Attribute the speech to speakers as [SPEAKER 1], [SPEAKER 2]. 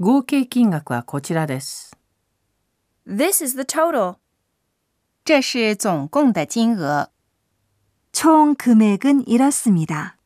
[SPEAKER 1] 合計金額はこちらです。
[SPEAKER 2] This is the total.
[SPEAKER 3] 这是总共的金额。
[SPEAKER 4] 총 금액은 이렇습니다.